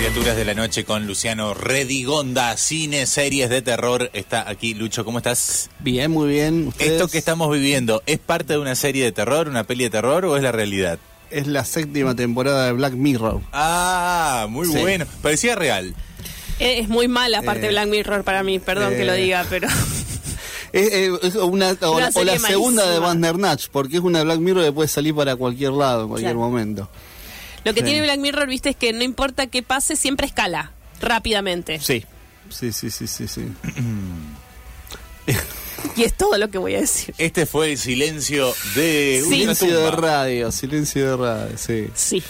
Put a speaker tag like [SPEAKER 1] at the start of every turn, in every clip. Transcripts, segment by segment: [SPEAKER 1] Criaturas de la noche con Luciano Redigonda, cine, series de terror. Está aquí Lucho, ¿cómo estás?
[SPEAKER 2] Bien, muy bien. ¿Ustedes?
[SPEAKER 1] Esto que estamos viviendo, ¿es parte de una serie de terror, una peli de terror o es la realidad?
[SPEAKER 2] es la séptima temporada de Black Mirror.
[SPEAKER 1] Ah, muy
[SPEAKER 2] Sí.
[SPEAKER 1] bueno. Parecía real.
[SPEAKER 3] Es muy mala parte
[SPEAKER 2] Eh,
[SPEAKER 3] Black Mirror para mí, perdón que lo
[SPEAKER 2] eh,
[SPEAKER 3] diga, pero
[SPEAKER 2] Es, eh, es una, o,
[SPEAKER 3] Una
[SPEAKER 2] o
[SPEAKER 3] serie
[SPEAKER 2] la segunda de
[SPEAKER 3] malísima.
[SPEAKER 2] Bandersnatch, porque es una Black Mirror que puede salir para cualquier lado en cualquier
[SPEAKER 3] Claro.
[SPEAKER 2] momento.
[SPEAKER 3] lo que
[SPEAKER 2] Sí.
[SPEAKER 3] tiene Black Mirror, viste, es que no importa qué pase, siempre escala rápidamente.
[SPEAKER 2] Sí. Sí, sí, sí, sí, sí.
[SPEAKER 3] Y es todo lo que voy a decir.
[SPEAKER 1] Este fue el silencio de
[SPEAKER 3] Sí.
[SPEAKER 1] una
[SPEAKER 2] Silencio de
[SPEAKER 1] tumba.
[SPEAKER 2] radio, silencio de radio, sí.
[SPEAKER 3] Sí.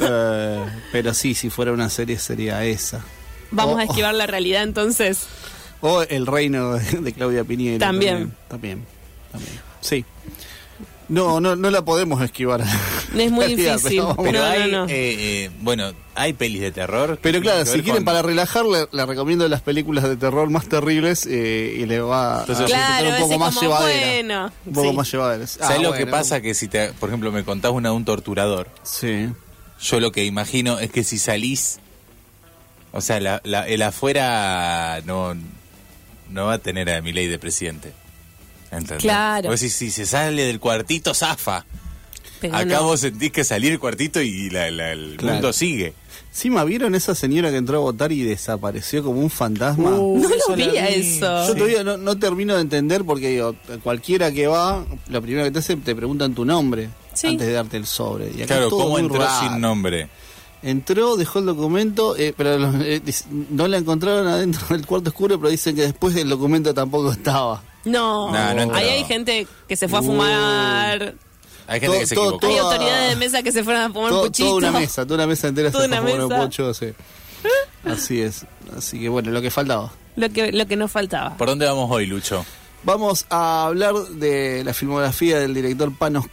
[SPEAKER 2] Eh, pero sí, si fuera una serie sería esa.
[SPEAKER 3] Vamos
[SPEAKER 2] Oh.
[SPEAKER 3] a esquivar la realidad entonces.
[SPEAKER 2] O El Reino de, de Claudia Piñera.
[SPEAKER 3] También.
[SPEAKER 2] También, también. Sí. No, no, no la podemos esquivar.
[SPEAKER 3] Es muy
[SPEAKER 2] Realidad,
[SPEAKER 3] difícil,
[SPEAKER 2] pero vamos.
[SPEAKER 1] Pero
[SPEAKER 3] No, no,
[SPEAKER 1] hay,
[SPEAKER 3] no.
[SPEAKER 1] eh, eh, bueno, hay pelis de terror.
[SPEAKER 2] Pero
[SPEAKER 1] que
[SPEAKER 2] claro,
[SPEAKER 1] tienen que
[SPEAKER 2] si
[SPEAKER 1] ver
[SPEAKER 2] quieren
[SPEAKER 1] con-
[SPEAKER 2] para relajar, le, le recomiendo las películas de terror más terribles eh, y le va
[SPEAKER 1] Entonces,
[SPEAKER 2] a resultar
[SPEAKER 3] Claro,
[SPEAKER 2] un poco
[SPEAKER 3] ese
[SPEAKER 2] más
[SPEAKER 3] como,
[SPEAKER 2] llevadera.
[SPEAKER 3] bueno,
[SPEAKER 2] un poco
[SPEAKER 3] sí.
[SPEAKER 2] más llevadera. Ah,
[SPEAKER 1] ¿Sabes lo que pasa? Que si, te, por ejemplo, me contás una de un torturador,
[SPEAKER 2] Sí.
[SPEAKER 1] yo lo que imagino es que si salís, o sea, la, la- el afuera no, no va a tener a mi ley de presidente. ¿Entendés?
[SPEAKER 3] Claro.
[SPEAKER 1] Vos decís, si se sale del cuartito, zafa.
[SPEAKER 3] Pero
[SPEAKER 1] Acá
[SPEAKER 3] no.
[SPEAKER 1] vos sentís que salí del cuartito y la- la- el
[SPEAKER 2] Claro.
[SPEAKER 1] mundo sigue.
[SPEAKER 2] Encima, ¿vieron esa señora que entró a votar y desapareció como un fantasma?
[SPEAKER 3] No lo vi a eso.
[SPEAKER 2] Uh, Yo todavía no, no termino de entender porque digo, cualquiera que va, lo primero que te hace, te preguntan tu nombre
[SPEAKER 3] Sí.
[SPEAKER 2] antes de darte el sobre. Y acá
[SPEAKER 1] Claro,
[SPEAKER 2] es todo
[SPEAKER 1] ¿cómo
[SPEAKER 2] muy
[SPEAKER 1] entró
[SPEAKER 2] raro.
[SPEAKER 1] sin nombre?
[SPEAKER 2] Entró, dejó el documento, eh, pero los- eh, dis- no la encontraron adentro del cuarto oscuro, pero dicen que después el documento tampoco estaba.
[SPEAKER 3] No,
[SPEAKER 1] No, no entró.
[SPEAKER 3] ahí hay gente que se fue a fumar.
[SPEAKER 1] Hay gente
[SPEAKER 2] Todo-
[SPEAKER 1] que se
[SPEAKER 2] todo-
[SPEAKER 1] equivocó.
[SPEAKER 3] Hay
[SPEAKER 2] Toda-
[SPEAKER 3] autoridades de mesa que se fueron a fumar
[SPEAKER 2] Todo-
[SPEAKER 3] puchito.
[SPEAKER 2] toda una mesa, toda una mesa entera
[SPEAKER 3] Toda
[SPEAKER 2] se
[SPEAKER 3] una
[SPEAKER 2] fue con el
[SPEAKER 3] mesa. ¿Eh?
[SPEAKER 2] pocho, sí. Así es. Así que bueno, lo que faltaba.
[SPEAKER 3] Lo que, lo que nos faltaba.
[SPEAKER 1] ¿Por dónde vamos hoy, Lucho?
[SPEAKER 2] Vamos a hablar de la filmografía del director Panos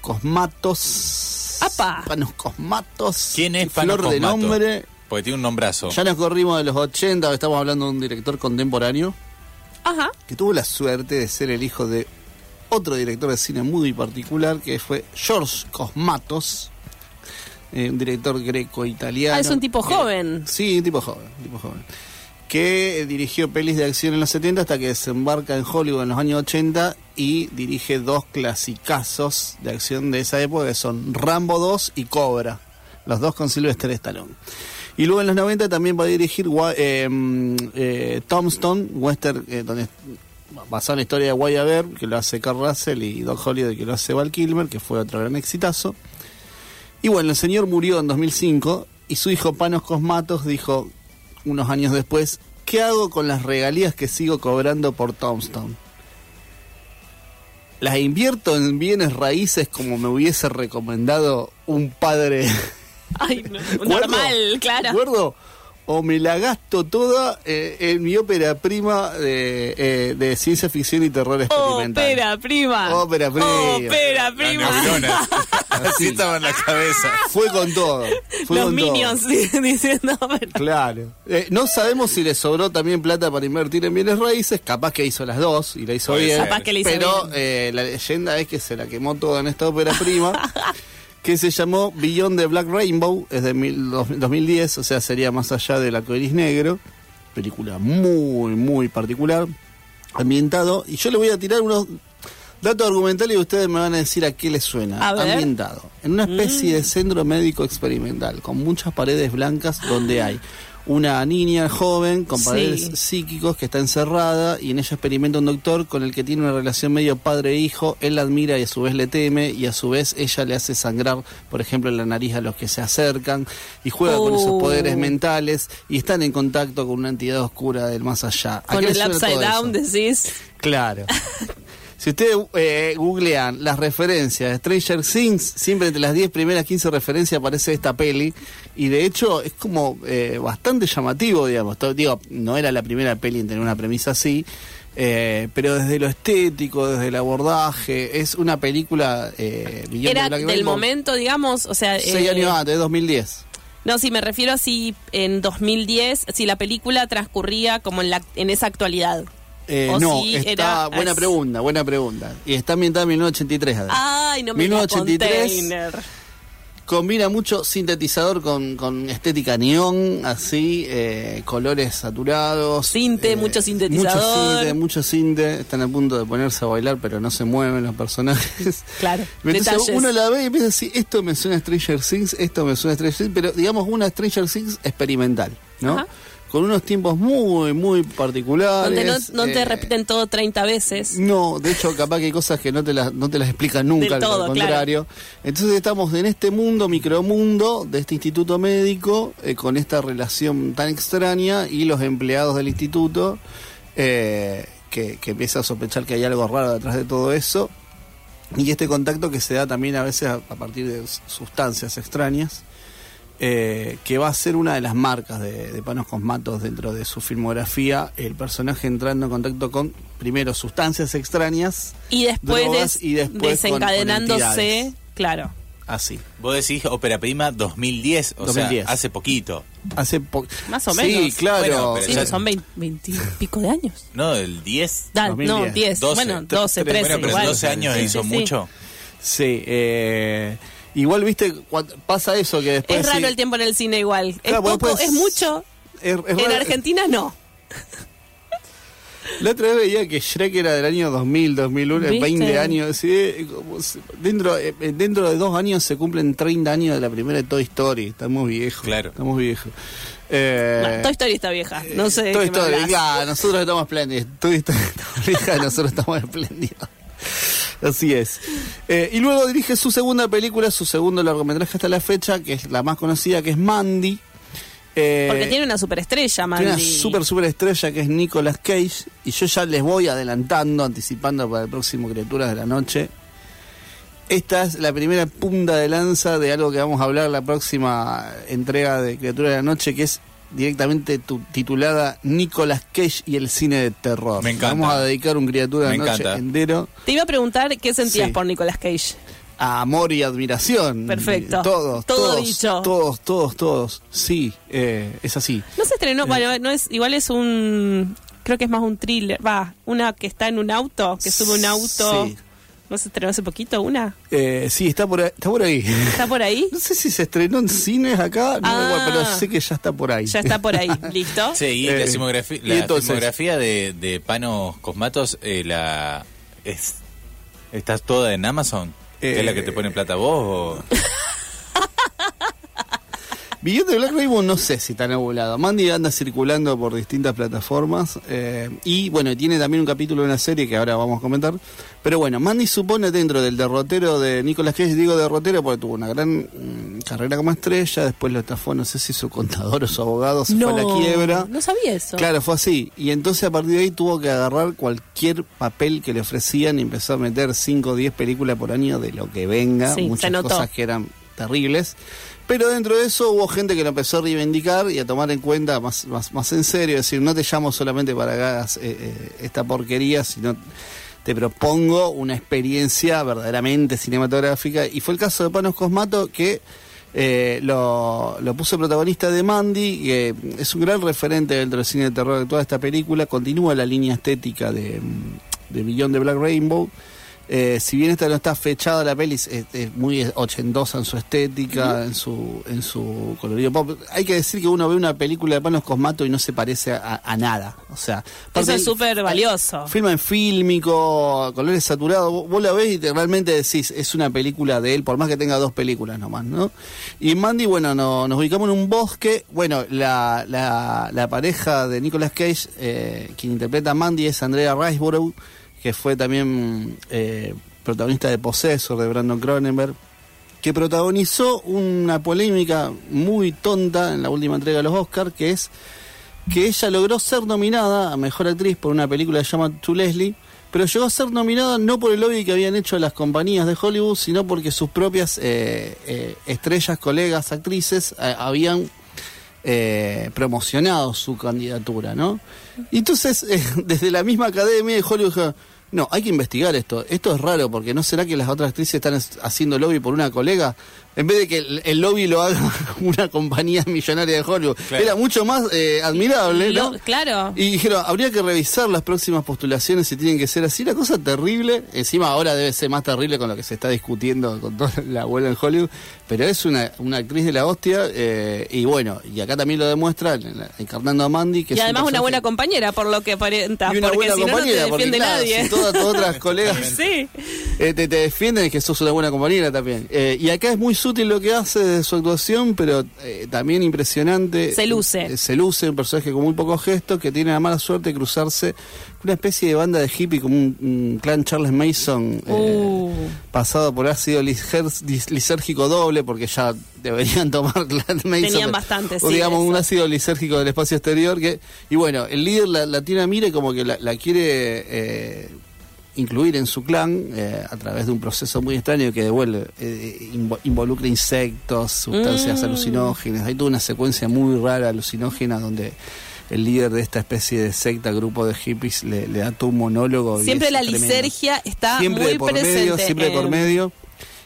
[SPEAKER 2] Cosmatos.
[SPEAKER 3] ¡Apa!
[SPEAKER 2] Panos Cosmatos.
[SPEAKER 1] ¿Quién es
[SPEAKER 2] Qué
[SPEAKER 1] Panos
[SPEAKER 2] Flor de
[SPEAKER 1] Cosmatos?
[SPEAKER 2] nombre.
[SPEAKER 1] Porque tiene un nombrazo.
[SPEAKER 2] Ya nos corrimos de los 80, ahora estamos hablando de un director contemporáneo
[SPEAKER 3] Ajá.
[SPEAKER 2] que tuvo la suerte de ser el hijo de otro director de cine muy particular que fue George Cosmatos, eh, un director greco-italiano.
[SPEAKER 3] Ah, es un tipo
[SPEAKER 2] que-
[SPEAKER 3] joven.
[SPEAKER 2] Sí, tipo joven, tipo joven. Que eh, dirigió pelis de acción en los 70 hasta que desembarca en Hollywood en los años 80 y dirige dos clasicazos de acción de esa época que son Rambo 2 y Cobra. Los dos con Sylvester Stallone. Y luego en los 90 también va a dirigir Gua- eh, mm, eh, Tombstone, western, eh, donde basado en la historia de Wyatt Earp, que lo hace Carl Russell, y Doc Holliday, que lo hace Val Kilmer, que fue otro gran exitazo. Y bueno, el señor murió en 2005 y su hijo Panos Cosmatos dijo unos años después, ¿qué hago con las regalías que sigo cobrando por Tombstone? ¿Las invierto en bienes raíces como me hubiese recomendado un padre
[SPEAKER 3] Ay, no.
[SPEAKER 2] ¿Cuerdo?
[SPEAKER 3] normal, claro.
[SPEAKER 2] ¿Cuerdo? O me la gasto toda eh, en mi ópera prima de, eh, de ciencia ficción y
[SPEAKER 3] Oh,
[SPEAKER 2] terror experimental.
[SPEAKER 3] Ópera prima.
[SPEAKER 2] Ópera prima.
[SPEAKER 3] Ópera
[SPEAKER 1] Las
[SPEAKER 3] prima.
[SPEAKER 1] neuronas. Así estaba en la cabeza.
[SPEAKER 2] Fue con todo. Fue
[SPEAKER 3] Los
[SPEAKER 2] con todo.
[SPEAKER 3] minions diciendo. ópera.
[SPEAKER 2] Claro. Eh, no sabemos si le sobró también plata para invertir en bienes raíces. Capaz que hizo las dos y la hizo
[SPEAKER 1] Puede
[SPEAKER 2] bien.
[SPEAKER 1] ser.
[SPEAKER 3] Capaz que la hizo
[SPEAKER 2] pero
[SPEAKER 3] bien.
[SPEAKER 2] eh, la leyenda es que se la quemó toda en esta ópera prima. que se llamó Beyond the Black Rainbow, es de mil- dos- 2010, o sea, sería más allá del arcoiris negro. Película muy, muy particular, ambientado. Y yo le voy a tirar unos datos argumentales y ustedes me van a decir a qué les suena.
[SPEAKER 3] A ver. Mm.
[SPEAKER 2] Ambientado. En una especie de centro médico experimental, con muchas paredes blancas donde hay una niña joven con
[SPEAKER 3] Sí.
[SPEAKER 2] paredes psíquicos que está encerrada y en ella experimenta un doctor con el que tiene una relación medio padre-hijo, él la admira y a su vez le teme y a su vez ella le hace sangrar, por ejemplo, la nariz a los que se acercan y juega con esos
[SPEAKER 3] Oh.
[SPEAKER 2] poderes mentales y están en contacto con una entidad oscura del más allá. ¿A
[SPEAKER 3] Con
[SPEAKER 2] qué le
[SPEAKER 3] el
[SPEAKER 2] suena todo
[SPEAKER 3] upside
[SPEAKER 2] eso?
[SPEAKER 3] down decís.
[SPEAKER 2] Claro. Si ustedes eh, googlean las referencias de Stranger Things, siempre entre las 10 primeras 15 referencias aparece esta peli. Y de hecho es como eh, bastante llamativo, digamos. To- Digo, no era la primera peli en tener una premisa así. eh, pero desde lo estético, desde el abordaje, es una película... Eh, Guillermo
[SPEAKER 3] Era
[SPEAKER 2] Black
[SPEAKER 3] del
[SPEAKER 2] Rainbow,
[SPEAKER 3] momento, digamos, o sea...
[SPEAKER 2] Seis
[SPEAKER 3] eh,
[SPEAKER 2] años antes, de 2010.
[SPEAKER 3] No, si me refiero a si en 2010, si la película transcurría como en, la, en esa actualidad.
[SPEAKER 2] Eh,
[SPEAKER 3] O
[SPEAKER 2] no,
[SPEAKER 3] si
[SPEAKER 2] está,
[SPEAKER 3] era-
[SPEAKER 2] buena
[SPEAKER 3] as- Ah,
[SPEAKER 2] pregunta, buena pregunta. Y está ambientada en 1983. además.
[SPEAKER 3] Ay, no me digas
[SPEAKER 2] 1983.
[SPEAKER 3] container.
[SPEAKER 2] Combina mucho sintetizador con, con estética neón, así, eh, colores saturados.
[SPEAKER 3] Sinte,
[SPEAKER 2] eh,
[SPEAKER 3] mucho sintetizador.
[SPEAKER 2] Mucho sinte, mucho sinte. Están a punto de ponerse a bailar, pero no se mueven los personajes.
[SPEAKER 3] Claro,
[SPEAKER 2] Entonces
[SPEAKER 3] detalles.
[SPEAKER 2] uno la ve y empieza así, esto me suena a Stranger Things, esto me suena a Stranger Things, pero digamos una Stranger Things experimental, ¿no?
[SPEAKER 3] Ajá.
[SPEAKER 2] Con unos tiempos muy, muy particulares.
[SPEAKER 3] Donde no, no te
[SPEAKER 2] eh,
[SPEAKER 3] repiten todo 30 veces.
[SPEAKER 2] No, de hecho, capaz que hay cosas que no te las, no te las explican nunca,
[SPEAKER 3] Del todo,
[SPEAKER 2] al contrario. Entonces estamos en este mundo, micromundo, de este instituto médico, eh, con esta relación tan extraña y los empleados del instituto, eh, que, que empieza a sospechar que hay algo raro detrás de todo eso. Y este contacto que se da también a veces a, a partir de s- sustancias extrañas, eh, que va a ser una de las marcas de, de Panos Cosmatos dentro de su filmografía, el personaje entrando en contacto con, primero, sustancias extrañas,
[SPEAKER 3] Y después,
[SPEAKER 2] drogas
[SPEAKER 3] des-
[SPEAKER 2] y después con- con
[SPEAKER 3] desencadenándose,
[SPEAKER 2] entidades.
[SPEAKER 3] claro.
[SPEAKER 2] así.
[SPEAKER 1] Vos decís Ópera Prima 2010, o
[SPEAKER 2] 2010.
[SPEAKER 1] sea, hace poquito.
[SPEAKER 2] Hace po-
[SPEAKER 3] Más o
[SPEAKER 2] Sí,
[SPEAKER 3] menos.
[SPEAKER 2] claro.
[SPEAKER 1] Bueno, pero
[SPEAKER 3] Sí,
[SPEAKER 1] ya-
[SPEAKER 3] no son 20, 20 y pico de años.
[SPEAKER 1] No, el 10.
[SPEAKER 3] Da- no,
[SPEAKER 2] 2010,
[SPEAKER 3] 10,
[SPEAKER 1] 12,
[SPEAKER 3] bueno, 12, 13,
[SPEAKER 2] trece,
[SPEAKER 1] bueno, pero
[SPEAKER 3] igual.
[SPEAKER 1] en 12 años
[SPEAKER 3] Sí, sí,
[SPEAKER 1] hizo
[SPEAKER 3] sí.
[SPEAKER 1] mucho.
[SPEAKER 2] Sí, eh, igual, viste, cua- pasa eso que después...
[SPEAKER 3] Es raro
[SPEAKER 2] Pues sí,
[SPEAKER 3] el tiempo en el cine igual.
[SPEAKER 2] Claro,
[SPEAKER 3] es poco,
[SPEAKER 2] porque después-
[SPEAKER 3] es mucho.
[SPEAKER 2] es- es
[SPEAKER 3] en
[SPEAKER 2] raro.
[SPEAKER 3] Argentina no.
[SPEAKER 2] La otra vez veía que Shrek era del año 2000, 2001,
[SPEAKER 3] ¿Viste?
[SPEAKER 2] 20 años. sí, como se- dentro, eh, eh, dentro de dos años se cumplen 30 años de la primera de Toy Story. Estamos viejos.
[SPEAKER 1] Claro.
[SPEAKER 2] Estamos viejos. Eh,
[SPEAKER 3] Bueno, Toy Story está vieja. No sé. de
[SPEAKER 2] Toy
[SPEAKER 3] qué me
[SPEAKER 2] Story,
[SPEAKER 3] hablas.
[SPEAKER 2] claro, nosotros estamos espléndidos. Toy Story está vieja, nosotros estamos espléndidos. Así es. Eh, y luego dirige su segunda película, su segundo largometraje hasta la fecha, que es la más conocida, que es Mandy. Eh,
[SPEAKER 3] Porque tiene una superestrella, Mandy.
[SPEAKER 2] tiene una super super estrella que es Nicolas Cage y yo ya les voy adelantando, anticipando para el próximo Criaturas de la Noche. Esta es la primera punta de lanza de algo que vamos a hablar la próxima entrega de Criaturas de la Noche que es directamente tu- titulada Nicolas Cage y el cine de terror.
[SPEAKER 1] Me encanta.
[SPEAKER 2] Vamos a dedicar un Criatura de
[SPEAKER 1] Me
[SPEAKER 2] la Noche
[SPEAKER 1] encanta.
[SPEAKER 2] entero
[SPEAKER 3] Te iba a preguntar qué sentías
[SPEAKER 2] Sí.
[SPEAKER 3] por Nicolas Cage.
[SPEAKER 2] a amor y admiración.
[SPEAKER 3] Perfecto.
[SPEAKER 2] Todos,
[SPEAKER 3] Todo
[SPEAKER 2] todos,
[SPEAKER 3] dicho.
[SPEAKER 2] todos, todos, todos. Sí, eh, es así.
[SPEAKER 3] No se
[SPEAKER 2] Eh.
[SPEAKER 3] estrenó, bueno, no es, igual es un. Creo que es más un thriller. Va, una que está en un auto, que sube un auto.
[SPEAKER 2] Sí.
[SPEAKER 3] ¿No se estrenó hace poquito una?
[SPEAKER 2] Eh, sí, está por ahí- está por ahí.
[SPEAKER 3] ¿Está por ahí?
[SPEAKER 2] No sé si se estrenó en cines acá, no
[SPEAKER 3] Ah.
[SPEAKER 2] recuerdo, pero sé que ya está por ahí.
[SPEAKER 3] Ya está por ahí, ¿listo?
[SPEAKER 1] Sí, y
[SPEAKER 2] Eh,
[SPEAKER 1] la filmografi-
[SPEAKER 2] y
[SPEAKER 1] la
[SPEAKER 2] entonces-
[SPEAKER 1] filmografía de, de Panos Cosmatos eh, la es, está toda en Amazon. ¿Que ¿Es la que
[SPEAKER 2] Eh,
[SPEAKER 1] te pone plata vos? o-
[SPEAKER 2] Billete de Black Rainbow no sé si está nebulado. Mandy anda circulando por distintas plataformas. eh, y bueno, tiene también un capítulo de una serie que ahora vamos a comentar. Pero bueno, Mandy supone dentro del derrotero de Nicolas Cage, digo derrotero porque tuvo una gran mm, carrera como estrella, después lo estafó, no sé si su contador o su abogado se fue a la quiebra.
[SPEAKER 3] No sabía eso.
[SPEAKER 2] Claro, fue así. Y entonces a partir de ahí tuvo que agarrar cualquier papel que le ofrecían y empezó a meter 5 o 10 películas por año de lo que venga.
[SPEAKER 3] Sí, se
[SPEAKER 2] muchas
[SPEAKER 3] notó.
[SPEAKER 2] cosas que eran terribles. Pero dentro de eso hubo gente que lo empezó a reivindicar y a tomar en cuenta más, más, más en serio. Es decir, no te llamo solamente para que hagas eh, eh, esta porquería, sino te propongo una experiencia verdaderamente cinematográfica. Y fue el caso de Panos Cosmato que eh, lo, lo puso protagonista de Mandy, que es un gran referente dentro del cine de terror de toda esta película. Continúa la línea estética de, mm, de Billón de Black Rainbow. Eh, si bien esta no está fechada la peli, es, es muy ochentosa en su estética, en su en su colorido pop. Hay que decir que uno ve una película de Panos Cosmato y no se parece a, a nada. O sea,
[SPEAKER 3] Eso
[SPEAKER 2] aparte-
[SPEAKER 3] es súper valioso.
[SPEAKER 2] Filma en fílmico, colores saturados. Vos, vos la ves y te- realmente decís, es una película de él, por más que tenga dos películas nomás, ¿no? Y en Mandy, bueno, no- nos ubicamos en un bosque. Bueno, la, la- la pareja de Nicolas Cage, eh, quien interpreta a Mandy, es Andrea Riceborough, que fue también eh, protagonista de Possessor de Brandon Cronenberg que protagonizó una polémica muy tonta en la última entrega de los Oscars, que es que ella logró ser nominada a Mejor Actriz por una película que se llama To Leslie, pero llegó a ser nominada no por el lobby que habían hecho las compañías de Hollywood, sino porque sus propias eh, eh, estrellas, colegas, actrices eh, habían eh, promocionado su candidatura, ¿no? Y entonces, eh, desde la misma academia de Hollywood dijeron, no, hay que investigar esto. Esto es raro, porque ¿no será que las otras actrices están es- haciendo lobby por una colega? En vez de que el, el lobby lo haga una compañía millonaria de Hollywood.
[SPEAKER 1] Claro.
[SPEAKER 2] Era mucho más eh, admirable, ¿no?
[SPEAKER 3] Lo- claro.
[SPEAKER 2] Y dijeron, habría que revisar las próximas postulaciones si tienen que ser así. La cosa terrible, encima ahora debe ser más terrible con lo que se está discutiendo con toda la abuela en Hollywood, pero es una, una actriz de la hostia eh, y bueno, y acá también lo demuestra en la- encarnando a Mandy. Que
[SPEAKER 3] Y
[SPEAKER 2] es un
[SPEAKER 3] además una
[SPEAKER 2] personaje-
[SPEAKER 3] buena compañera, por lo que aparenta.
[SPEAKER 2] y una
[SPEAKER 3] porque
[SPEAKER 2] buena
[SPEAKER 3] si no, no te
[SPEAKER 2] compañera, porque,
[SPEAKER 3] defiende
[SPEAKER 2] claro,
[SPEAKER 3] nadie.
[SPEAKER 2] si todas tus otras colegas
[SPEAKER 3] sí.
[SPEAKER 2] eh, te, te defienden es que sos una buena compañera también. Eh, y acá es muy sutil lo que hace de su actuación, pero eh, también impresionante.
[SPEAKER 3] Se luce.
[SPEAKER 2] Eh, se luce, un personaje con muy pocos gestos que tiene la mala suerte de cruzarse con una especie de banda de hippie como un, un clan Charles Mason. eh,
[SPEAKER 3] Uh.
[SPEAKER 2] Pasado por ácido lijer- dis- lisérgico doble, porque ya deberían tomar Clan Mason.
[SPEAKER 3] Tenían bastante,
[SPEAKER 2] o
[SPEAKER 3] sí,
[SPEAKER 2] digamos,
[SPEAKER 3] eso.
[SPEAKER 2] un ácido lisérgico del espacio exterior. que Y bueno, el líder la, la tiene a mira y como que la, la quiere eh, incluir en su clan eh, a través de un proceso muy extraño que devuelve, eh, invo- involucra insectos, sustancias
[SPEAKER 3] Mm.
[SPEAKER 2] alucinógenas. Hay toda una secuencia muy rara alucinógena donde el líder de esta especie de secta, grupo de hippies, le, le da todo un monólogo. y
[SPEAKER 3] Siempre
[SPEAKER 2] es
[SPEAKER 3] la
[SPEAKER 2] tremendo.
[SPEAKER 3] lisergia está
[SPEAKER 2] Siempre
[SPEAKER 3] muy
[SPEAKER 2] de por
[SPEAKER 3] presente.
[SPEAKER 2] medio, siempre de por
[SPEAKER 3] en-
[SPEAKER 2] medio.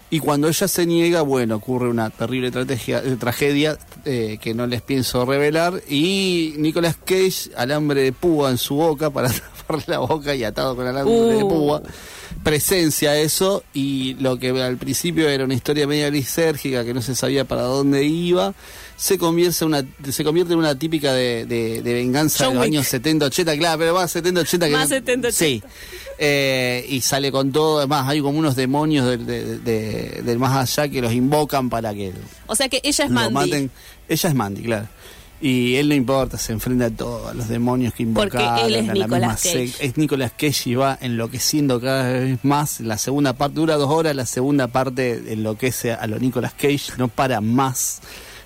[SPEAKER 2] Y cuando ella se niega, bueno, ocurre una terrible tragedia, tragedia eh, que no les pienso revelar. Y Nicolas Cage, alambre de púa en su boca para tapar la boca y atado con alambre de
[SPEAKER 3] Uh.
[SPEAKER 2] púa. Presencia eso y lo que al principio era una historia media lisérgica que no se sabía para dónde iba, se convierte, una, se convierte en una típica de, de- de venganza
[SPEAKER 3] John
[SPEAKER 2] de los
[SPEAKER 3] Wick.
[SPEAKER 2] años 70-80, claro, pero más 70-80 que
[SPEAKER 3] Más
[SPEAKER 2] no-
[SPEAKER 3] 70,
[SPEAKER 2] Sí. Eh, y sale con todo, además hay como unos demonios del, de- de- del más allá que los invocan para que
[SPEAKER 3] O sea que ella es
[SPEAKER 2] lo
[SPEAKER 3] Mandy.
[SPEAKER 2] maten. Ella es Mandy, claro. Y él no importa, se enfrenta a todos los demonios que
[SPEAKER 3] Porque
[SPEAKER 2] invocaron.
[SPEAKER 3] él es
[SPEAKER 2] a la
[SPEAKER 3] Nicolas
[SPEAKER 2] misma
[SPEAKER 3] Cage.
[SPEAKER 2] sec- Es Nicolas Cage y va enloqueciendo cada vez más. La segunda parte dura dos horas, la segunda parte enloquece a lo Nicolas Cage, no para más.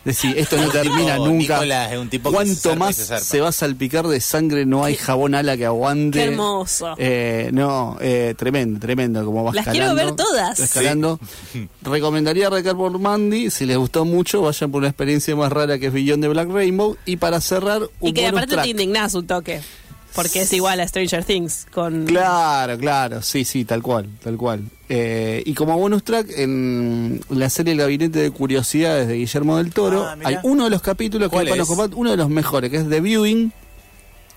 [SPEAKER 2] Es decir, esto no termina
[SPEAKER 1] tipo-
[SPEAKER 2] nunca.
[SPEAKER 1] Nicolas es un tipo que
[SPEAKER 2] Cuanto
[SPEAKER 1] se zarpa y
[SPEAKER 2] más
[SPEAKER 1] se zarpa.
[SPEAKER 2] se va a salpicar de sangre, no hay jabón ala que aguante.
[SPEAKER 3] Qué hermoso.
[SPEAKER 2] Eh, no, eh, tremendo, tremendo. Como va
[SPEAKER 3] Las quiero
[SPEAKER 2] escalando,
[SPEAKER 3] ver todas.
[SPEAKER 2] va escalando. Recomendaría arrancar por Mandy. Si les gustó mucho, vayan por una experiencia más rara que es Billón de Black Rainbow. Y para cerrar, un
[SPEAKER 3] y que
[SPEAKER 2] bonus
[SPEAKER 3] aparte
[SPEAKER 2] track.
[SPEAKER 3] te indignás un toque. Porque es igual a Stranger Things. Con...
[SPEAKER 2] Claro, claro, sí, sí, tal cual, tal cual. Eh, y como bonus track, en la serie El Gabinete de Curiosidades de Guillermo del Toro,
[SPEAKER 1] Ah, mirá.
[SPEAKER 2] hay uno de los capítulos que
[SPEAKER 1] ¿Cuál
[SPEAKER 2] Panos
[SPEAKER 1] es?
[SPEAKER 2] Copat, uno de los mejores, que es The Viewing,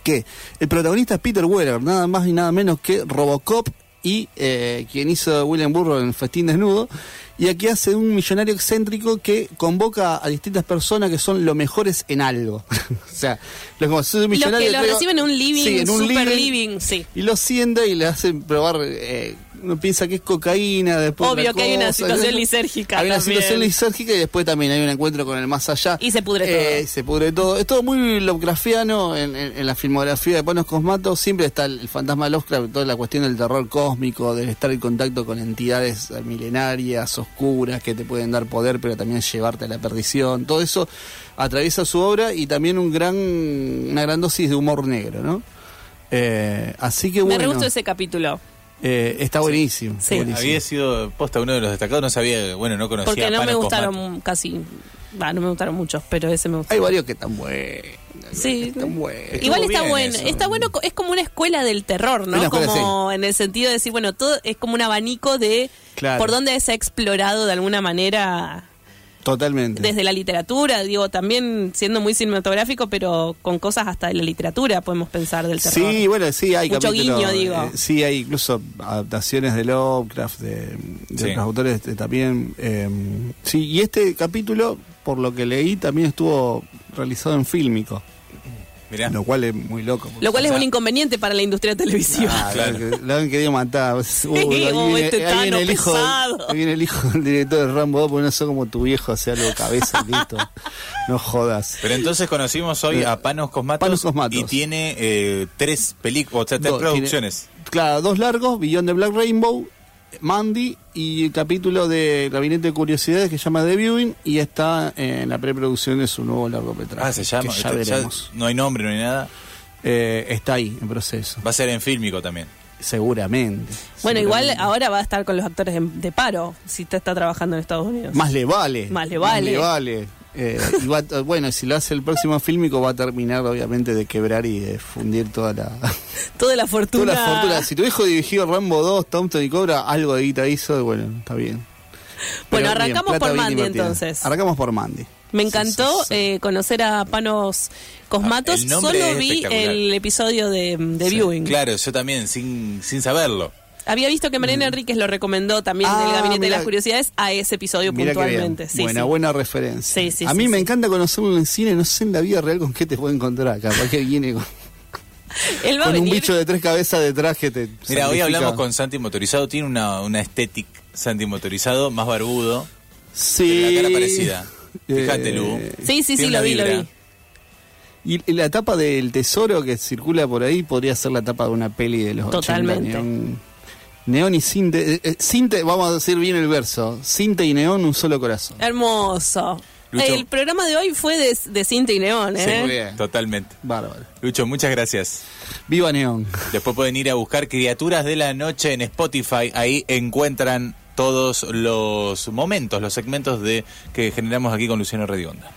[SPEAKER 2] que el protagonista es Peter Weller, nada más y nada menos que Robocop y eh, quien hizo William Burroughs en el Festín Desnudo. Y aquí hace un millonario excéntrico que convoca a distintas personas que son los mejores en algo. o sea, los, como, "Soy un
[SPEAKER 3] Los
[SPEAKER 2] millonario,
[SPEAKER 3] que lo
[SPEAKER 2] traigo-".
[SPEAKER 3] reciben en un living,
[SPEAKER 2] Sí, en un
[SPEAKER 3] super
[SPEAKER 2] living.
[SPEAKER 3] living, sí.
[SPEAKER 2] Y lo sienta y le hacen probar. eh, uno piensa que es cocaína, después.
[SPEAKER 3] Obvio
[SPEAKER 2] otra
[SPEAKER 3] que hay una
[SPEAKER 2] cosa.
[SPEAKER 3] situación lisérgica
[SPEAKER 2] Hay una
[SPEAKER 3] también.
[SPEAKER 2] situación lisérgica y después también hay un encuentro con el más allá.
[SPEAKER 3] Y se pudre
[SPEAKER 2] Eh,
[SPEAKER 3] todo.
[SPEAKER 2] Se pudre todo. Es todo muy Lovecraftiano en, en- en la filmografía de Panos Cosmato. Siempre está el, el fantasma de Lovecraft, toda la cuestión del terror cósmico, de estar en contacto con entidades eh, milenarias, oscuras, que te pueden dar poder, pero también llevarte a la perdición. Todo eso atraviesa su obra y también un gran, una gran dosis de humor negro, ¿no? Eh, así que
[SPEAKER 3] Me
[SPEAKER 2] bueno,
[SPEAKER 3] re gustó ese capítulo.
[SPEAKER 2] eh, está buenísimo.
[SPEAKER 3] Sí.
[SPEAKER 2] buenísimo.
[SPEAKER 1] Había sido posta uno de los destacados, no sabía, bueno, no conocía
[SPEAKER 3] Porque
[SPEAKER 1] a
[SPEAKER 3] no me
[SPEAKER 1] Panos
[SPEAKER 3] gustaron
[SPEAKER 1] Cosmato.
[SPEAKER 3] casi. Bah, no me gustaron muchos, pero ese me gustó.
[SPEAKER 2] Hay varios que están buenos.
[SPEAKER 3] Sí.
[SPEAKER 2] Están buenos.
[SPEAKER 3] Igual
[SPEAKER 1] Estuvo
[SPEAKER 3] está
[SPEAKER 1] bien
[SPEAKER 3] bueno,
[SPEAKER 1] eso.
[SPEAKER 3] está bueno, co- es como una escuela del terror, ¿no?
[SPEAKER 2] Una escuela,
[SPEAKER 3] como en el sentido de decir, bueno, todo es como un abanico de
[SPEAKER 2] Claro.
[SPEAKER 3] por dónde se ha explorado de alguna manera
[SPEAKER 2] Totalmente.
[SPEAKER 3] desde la literatura, digo, también siendo muy cinematográfico, pero con cosas hasta de la literatura podemos pensar del terror.
[SPEAKER 2] Sí, bueno, sí hay
[SPEAKER 3] Mucho
[SPEAKER 2] capítulos,
[SPEAKER 3] guiño,
[SPEAKER 2] eh,
[SPEAKER 3] digo.
[SPEAKER 2] sí, hay incluso adaptaciones de Lovecraft, de, de
[SPEAKER 1] Sí.
[SPEAKER 2] otros autores eh, también. eh, sí, y este capítulo, por lo que leí, también estuvo realizado en fílmico,
[SPEAKER 1] Mirá.
[SPEAKER 2] lo cual es muy loco.
[SPEAKER 3] Lo cual
[SPEAKER 1] O sea-
[SPEAKER 3] es un inconveniente para la industria televisiva.
[SPEAKER 2] Ah,
[SPEAKER 1] Claro.
[SPEAKER 2] lo han que- lo han querido matar. Uh, ahí
[SPEAKER 3] o este
[SPEAKER 2] ahí
[SPEAKER 3] Tano
[SPEAKER 2] el hijo,
[SPEAKER 3] pesado.
[SPEAKER 2] ahí viene el hijo del director de Rambo 2, porque no soy como tu viejo, hace algo de cabeza, listo. No jodas.
[SPEAKER 1] Pero entonces conocimos hoy a Panos Cosmatos,
[SPEAKER 2] Eh, Panos Cosmatos.
[SPEAKER 1] y tiene eh, tres películas, o sea, tres
[SPEAKER 2] Dos,
[SPEAKER 1] producciones.
[SPEAKER 2] tiene- claro, dos largos, Billón de Black Rainbow, Mandy y el capítulo de Gabinete de Curiosidades que se llama The Viewing y está en la preproducción de su nuevo largometraje.
[SPEAKER 1] Ah, se llama.
[SPEAKER 2] que ya
[SPEAKER 1] este, ya
[SPEAKER 2] veremos.
[SPEAKER 1] no hay nombre, no hay nada.
[SPEAKER 2] Eh, está ahí, en proceso.
[SPEAKER 1] Va a ser en fílmico también.
[SPEAKER 2] Seguramente.
[SPEAKER 3] Bueno, igual
[SPEAKER 2] seguramente.
[SPEAKER 3] ahora va a estar con los actores de, de paro si te está trabajando en Estados Unidos.
[SPEAKER 2] Más le vale.
[SPEAKER 3] Más le vale.
[SPEAKER 2] vale. Eh, y va a- bueno, si lo hace el próximo fílmico va a terminar obviamente de quebrar y de fundir toda la,
[SPEAKER 3] Toda la fortuna.
[SPEAKER 2] toda la fortuna. Si tu hijo dirigió Rambo 2, Thompson y Cobra, algo de guita hizo, y bueno, está bien.
[SPEAKER 3] Bueno,
[SPEAKER 2] Pero bien,
[SPEAKER 3] arrancamos
[SPEAKER 2] plata
[SPEAKER 3] por
[SPEAKER 2] bien
[SPEAKER 3] Mandy
[SPEAKER 2] invertida.
[SPEAKER 3] entonces.
[SPEAKER 2] Arrancamos por Mandy.
[SPEAKER 3] Me encantó eh, conocer a Panos Cosmatos.
[SPEAKER 1] Ah, el nombre
[SPEAKER 3] Solo
[SPEAKER 1] es
[SPEAKER 3] vi
[SPEAKER 1] espectacular.
[SPEAKER 3] el episodio de, de
[SPEAKER 1] Sí,
[SPEAKER 3] Viewing.
[SPEAKER 1] Claro, yo también, sin, sin saberlo.
[SPEAKER 3] Había visto que
[SPEAKER 1] Mm.
[SPEAKER 3] Mariana Enríquez lo recomendó también
[SPEAKER 2] Ah,
[SPEAKER 3] del Gabinete
[SPEAKER 2] mirá.
[SPEAKER 3] de las Curiosidades a ese episodio
[SPEAKER 2] Mirá qué bien.
[SPEAKER 3] eh, puntualmente. Sí,
[SPEAKER 2] buena,
[SPEAKER 3] sí.
[SPEAKER 2] buena referencia.
[SPEAKER 3] Sí, sí,
[SPEAKER 2] a
[SPEAKER 3] sí,
[SPEAKER 2] mí me
[SPEAKER 3] sí.
[SPEAKER 2] encanta conocerlo en cine, no sé en la vida real con qué te puedo encontrar. Capaz que viene con,
[SPEAKER 3] Él va a
[SPEAKER 2] con un
[SPEAKER 3] venir.
[SPEAKER 2] bicho de tres cabezas detrás que te.
[SPEAKER 1] Mira, hoy
[SPEAKER 2] sacrifica.
[SPEAKER 1] hablamos con Santi Motorizado, tiene una, una estética Santi Motorizado, más barbudo,
[SPEAKER 2] Sí.
[SPEAKER 1] la cara parecida. Fíjate,
[SPEAKER 2] Eh,
[SPEAKER 1] Lu.
[SPEAKER 3] Sí, sí, sí,
[SPEAKER 1] Tiene
[SPEAKER 3] lo
[SPEAKER 1] una
[SPEAKER 3] vi, lo
[SPEAKER 1] vibra.
[SPEAKER 3] vi.
[SPEAKER 2] Y y la tapa del tesoro que circula por ahí podría ser la tapa de una peli de los 80,
[SPEAKER 3] Totalmente.
[SPEAKER 2] neón- Neón y cinte, eh, eh, cinte, vamos a decir bien el verso. Cinte y neón, un solo
[SPEAKER 3] Eh.
[SPEAKER 2] corazón.
[SPEAKER 3] Hermoso.
[SPEAKER 1] Lucho.
[SPEAKER 3] El programa de hoy fue de, de cinta y neón,
[SPEAKER 2] Sí,
[SPEAKER 3] ¿eh?
[SPEAKER 2] muy bien.
[SPEAKER 1] Totalmente.
[SPEAKER 2] Bárbaro.
[SPEAKER 1] Lucho, muchas gracias.
[SPEAKER 2] Viva neón.
[SPEAKER 1] Después pueden ir a buscar Criaturas de la Noche en Spotify. Ahí encuentran todos los momentos, los segmentos de que generamos aquí con Luciano Redionda.